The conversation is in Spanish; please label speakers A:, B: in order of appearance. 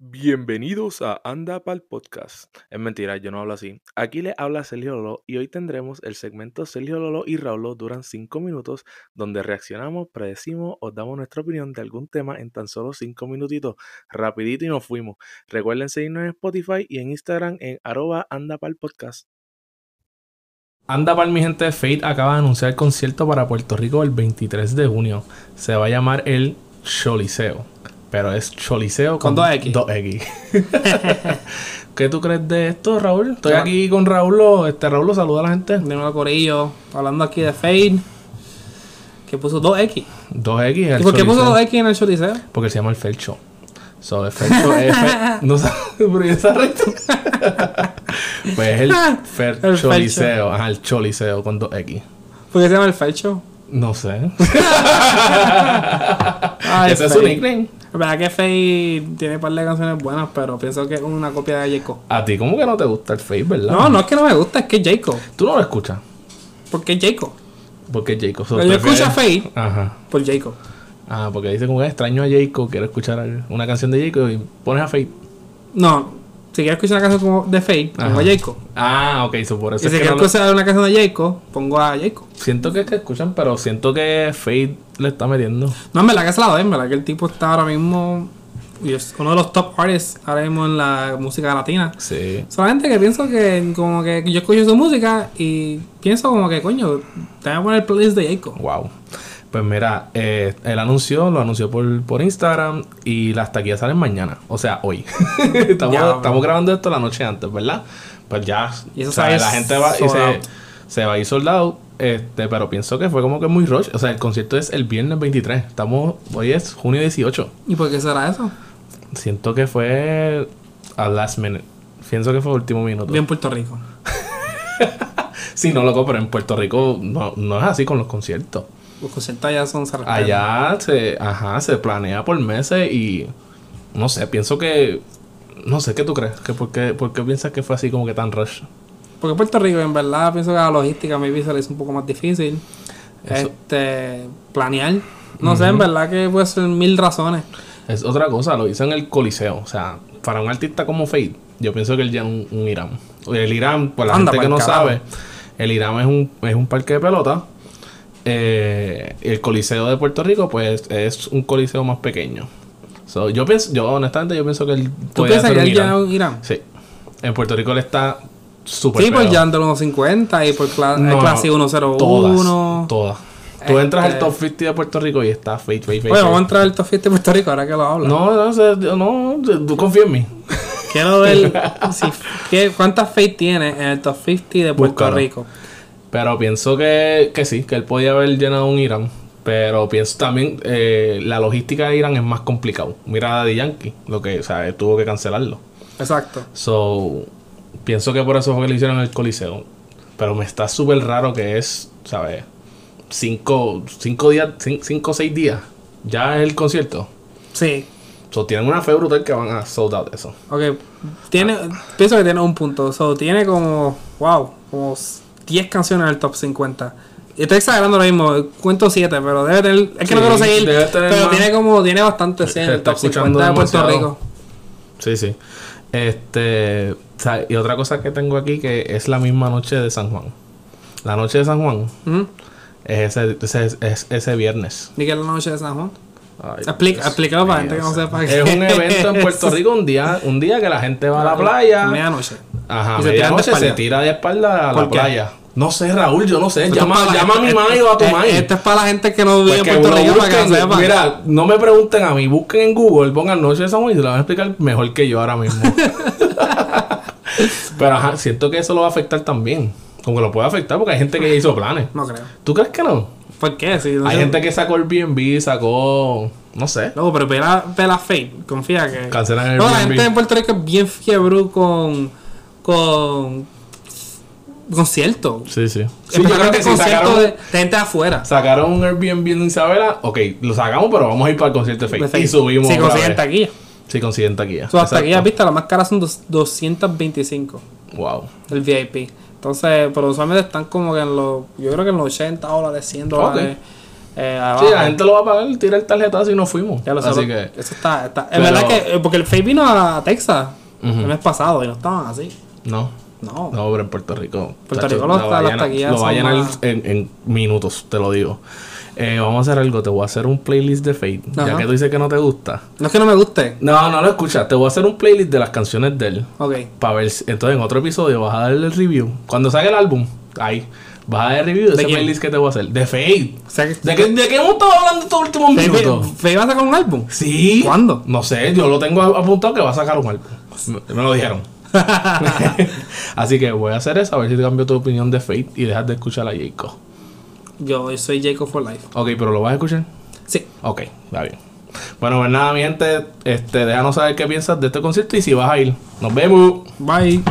A: Bienvenidos a Anda Pal Podcast. Es mentira, yo no hablo así. Aquí les habla Sergio Lolo y hoy tendremos el segmento Sergio Lolo y Raúl duran 5 minutos donde reaccionamos, predecimos o damos nuestra opinión de algún tema en tan solo 5 minutitos. Rapidito y nos fuimos. Recuerden seguirnos en Spotify y en Instagram en arroba Anda Pal Podcast.
B: Anda para mi gente, Fate acaba de anunciar el concierto para Puerto Rico el 23 de junio. Se va a llamar el Choliseo. Pero es Choliseo
C: Con dos X.
B: 2X. ¿Qué tú crees de esto, Raúl? Estoy aquí con Raúl. lo- Este Raúl lo saluda a la gente.
C: De nuevo Corillo, hablando aquí de Fade, que puso 2X.
B: 2X. el
C: ¿Y por qué puso
B: Choliseo.
C: 2X en el Choliseo?
B: Porque se llama el Felcho. So, el Felcho es. Fe- No sabes, pero ya está recto. pues es el
C: El
B: Felcho
C: Felcho.
B: Liceo. Ajá, el Choliseo con 2X.
C: ¿Por qué se llama el Felcho?
B: No sé.
C: Ah,
B: Ese es su nickname.
C: La verdad que Fade tiene un par de canciones buenas, pero pienso que es una copia de Jacob.
B: A ti, ¿cómo que no te gusta el Face, verdad?
C: No, no es que no me gusta, es que es Jacob.
B: Tú no lo escuchas.
C: Porque es Jacob.
B: Porque es Jacob. So,
C: Pero yo
B: prefieres-
C: escucho a Fade
B: Ajá.
C: por Jacob.
B: Ah, porque dice como que extraño a Jacob, quiero escuchar al- una canción de Jacob y pones a Faith.
C: No, si quieres escuchar una canción como de Fade, pongo a
B: Ajá.
C: Jacob.
B: Ah, ok, so por
C: Y
B: eso
C: si
B: es que
C: quiero
B: no lo-
C: escuchar una canción de Jacob, pongo a Jacob.
B: Siento que es que escuchan, pero siento que Faith le está metiendo.
C: No, en verdad que se la doy, en verdad que el tipo está ahora mismo y es uno de los top artists ahora mismo en la música latina.
B: Sí.
C: Solamente que pienso que como que yo escucho su música y pienso como que coño, te voy a poner el playlist de Jacob.
B: Wow. Pues mira, eh, él anunció, lo anunció por, por Instagram y las taquillas salen mañana, o sea, hoy. estamos,
C: Ya,
B: estamos grabando esto la noche antes, ¿verdad? Pues ya,
C: Y eso
B: o sea,
C: sale
B: la gente va y
C: sold
B: se,
C: out.
B: se va a ir soldado, este, pero pienso que fue como que muy rush, o sea, el concierto es el viernes 23, estamos, hoy es junio 18,
C: ¿Y por qué será eso?
B: siento que fue a last minute, pienso que fue último minuto.
C: Bien Puerto Rico.
B: Sí, no loco, pero en Puerto Rico no, no es así con los conciertos.
C: Los conciertos allá son cerrados.
B: Ah, Allá se, ajá, se planea por meses y no sé, pienso que no sé qué tú crees, que por qué, por qué piensas que fue así como que tan rush.
C: Porque Puerto Rico en verdad pienso que la logística maybe se le hizo un poco más difícil.
B: Eso.
C: Este planear. No sé, en verdad que puede ser mil razones.
B: Es otra cosa, lo hizo en el Coliseo, o sea, para un artista como Fade, yo pienso que él llena un, un Irán. El Irán, por la
C: Anda
B: gente que no
C: pa'l carajo.
B: sabe, el Irán es un, es un parque de pelota. Eh, el Coliseo de Puerto Rico, pues es un coliseo más pequeño. So, yo pienso, yo honestamente, yo pienso que él
C: ¿Tú
B: puede
C: piensas
B: hacer
C: que
B: un
C: él
B: Irán.
C: ya un Irán?
B: Sí. En Puerto Rico le está súper
C: Sí, pues por
B: pegado.
C: Yandel 150 y por cla-
B: No,
C: clase
B: no,
C: 101.
B: Todas. Todas. Tú
C: Este-
B: entras al top 50 de Puerto Rico y está Fate, Fate, Fate.
C: Bueno, vamos a
B: Fate.
C: entrar al top 50 de Puerto Rico ahora que lo hablas.
B: No, no, se- no, se- tú confía en mí.
C: Quiero ver si, qué- cuántas Fate tiene en el top 50 de Puerto
B: Búscalo.
C: Rico.
B: Pero pienso que, que sí, que él podía haber llenado un Irán. Pero pienso también, eh, la logística de Irán es más complicado. Mira a Daddy Yankee, lo que, o sea, él tuvo que cancelarlo.
C: Exacto.
B: So, pienso que por eso fue que le hicieron el Coliseo. Pero me está súper raro que es, ¿sabes? Cinco, cinco días, cin- cinco o seis días. Ya es el concierto.
C: Sí.
B: So, tienen una fe brutal que van a sold out eso.
C: Ok. Tiene, pienso que tiene un punto. So, tiene como, wow, como s- 10 canciones en el top 50. Y estoy exagerando ahora mismo, cuento 7, pero debe tener. Es que no
B: Sí,
C: quiero seguir.
B: debe tener
C: Pero
B: más.
C: tiene como, tiene bastante sí, en
B: Se
C: el
B: está
C: top 50
B: escuchando
C: de Puerto
B: demasiado.
C: Rico.
B: Sí, sí. Este, sa- y otra cosa que tengo aquí que es la misma noche de San Juan. La noche de San Juan
C: Ujú.
B: es ese, ese- es ese viernes.
C: Ni que la noche de San Juan.
B: Ay,
C: Explica-
B: Dios
C: explícalo para la gente que no
B: mío.
C: sepa
B: Es
C: qué
B: un evento en
C: es.
B: Puerto Rico un día, un día que la gente va a la playa.
C: Medianoche.
B: Ajá,
C: Y se tiran de
B: medianoche se
C: espalda.
B: tira de espalda a la
C: ¿Por qué?
B: playa. No sé, Raúl, yo no sé.
C: Esto es
B: Llama,
C: para la
B: llama a mi
C: gente-
B: mami o a tu
C: eh,
B: mami.
C: Esto es para la gente que no vive
B: Pues
C: en
B: que
C: Puerto
B: uno
C: Rico para que
B: busquen,
C: lo sepa.
B: Mira, no me pregunten a mí, busquen en Google, pongan Noche de San Juan y se lo van a explicar mejor que yo ahora mismo. Pero ajá, siento que eso lo va a afectar también. Como que lo puede afectar porque hay gente que hizo planes.
C: No creo.
B: ¿Tú crees que no?
C: ¿Por qué? Si no
B: Hay
C: sé-
B: gente que sacó Airbnb, sacó. No sé.
C: Loco, pero ve la, ve la fe. Confía que.
B: Cancelan el
C: No, la
B: Airbnb.
C: gente en Puerto Rico es bien fiebre con. con. concierto.
B: Sí, sí. yo creo
C: Especialmente
B: que sí,
C: concierto
B: sacaron,
C: de, de gente afuera.
B: sacaron un Airbnb en Isabela. Ok, lo sacamos, pero vamos a ir para el concierto de Fake.
C: De
B: Y subimos.
C: Si
B: otra
C: consiguen
B: vez.
C: taquilla.
B: Sí, consiguen taquilla.
C: Sus taquillas,
B: Exacto.
C: viste, las más caras son dos- 225.
B: Wow.
C: El VIP. Entonces, pero usualmente están como que en los. Yo creo que en los 80 dólares, 100 dólares. eh,
B: Sí,
C: abajo.
B: la gente lo va a pagar, tira el tarjetazo y nos fuimos.
C: Ya lo
B: Así
C: sabes.
B: que,
C: Eso está. está-
B: Pero-
C: En verdad que. eh, Porque el Faith vino a Texas
B: Ujú.
C: el mes pasado y no estaban así.
B: no.
C: No.
B: No, pero en Puerto Rico.
C: Puerto Rico lo está- las
B: vayan a-
C: taquillas
B: Lo
C: son
B: vayan a llenar
C: más-
B: en, en minutos, te lo digo. Eh, vamos a hacer algo, te voy a hacer un playlist de Fate. Ya
C: Ajá.
B: que tú dices que no te gusta.
C: No es que no me guste.
B: No, no lo escuchas. Te voy a hacer un playlist de las canciones de él.
C: Ok.
B: Para ver si- Entonces en otro episodio vas a darle el review. Cuando salga el álbum, ahí. Vas a dar el review de, ese
C: quién?
B: playlist que te voy a hacer. De Fate.
C: O sea que.
B: ¿De qué, de qué hemos estado hablando estos últimos
C: Faith-
B: minutos?
C: Faith va a sacar un álbum.
B: Sí.
C: ¿Cuándo?
B: No sé, yo lo tengo apuntado que va a sacar un álbum. Me, me lo dijeron. Así que voy a hacer eso, a ver si te cambio tu opinión de Fate y dejas de escuchar a Jacob.
C: Yo soy Jacob for Life.
B: Ok, pero lo vas a escuchar.
C: Sí.
B: Ok, está bien. Bueno, pues nada, mi gente, este, déjanos saber qué piensas de este concierto y si vas a ir. Nos vemos.
C: Bye.